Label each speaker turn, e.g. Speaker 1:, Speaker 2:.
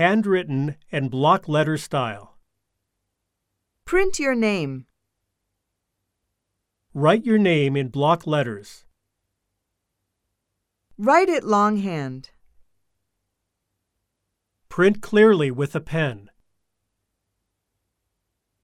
Speaker 1: handwritten and block letter style.
Speaker 2: Print your name.
Speaker 1: Write your name in block letters.
Speaker 2: Write it longhand.
Speaker 1: Print clearly with a pen.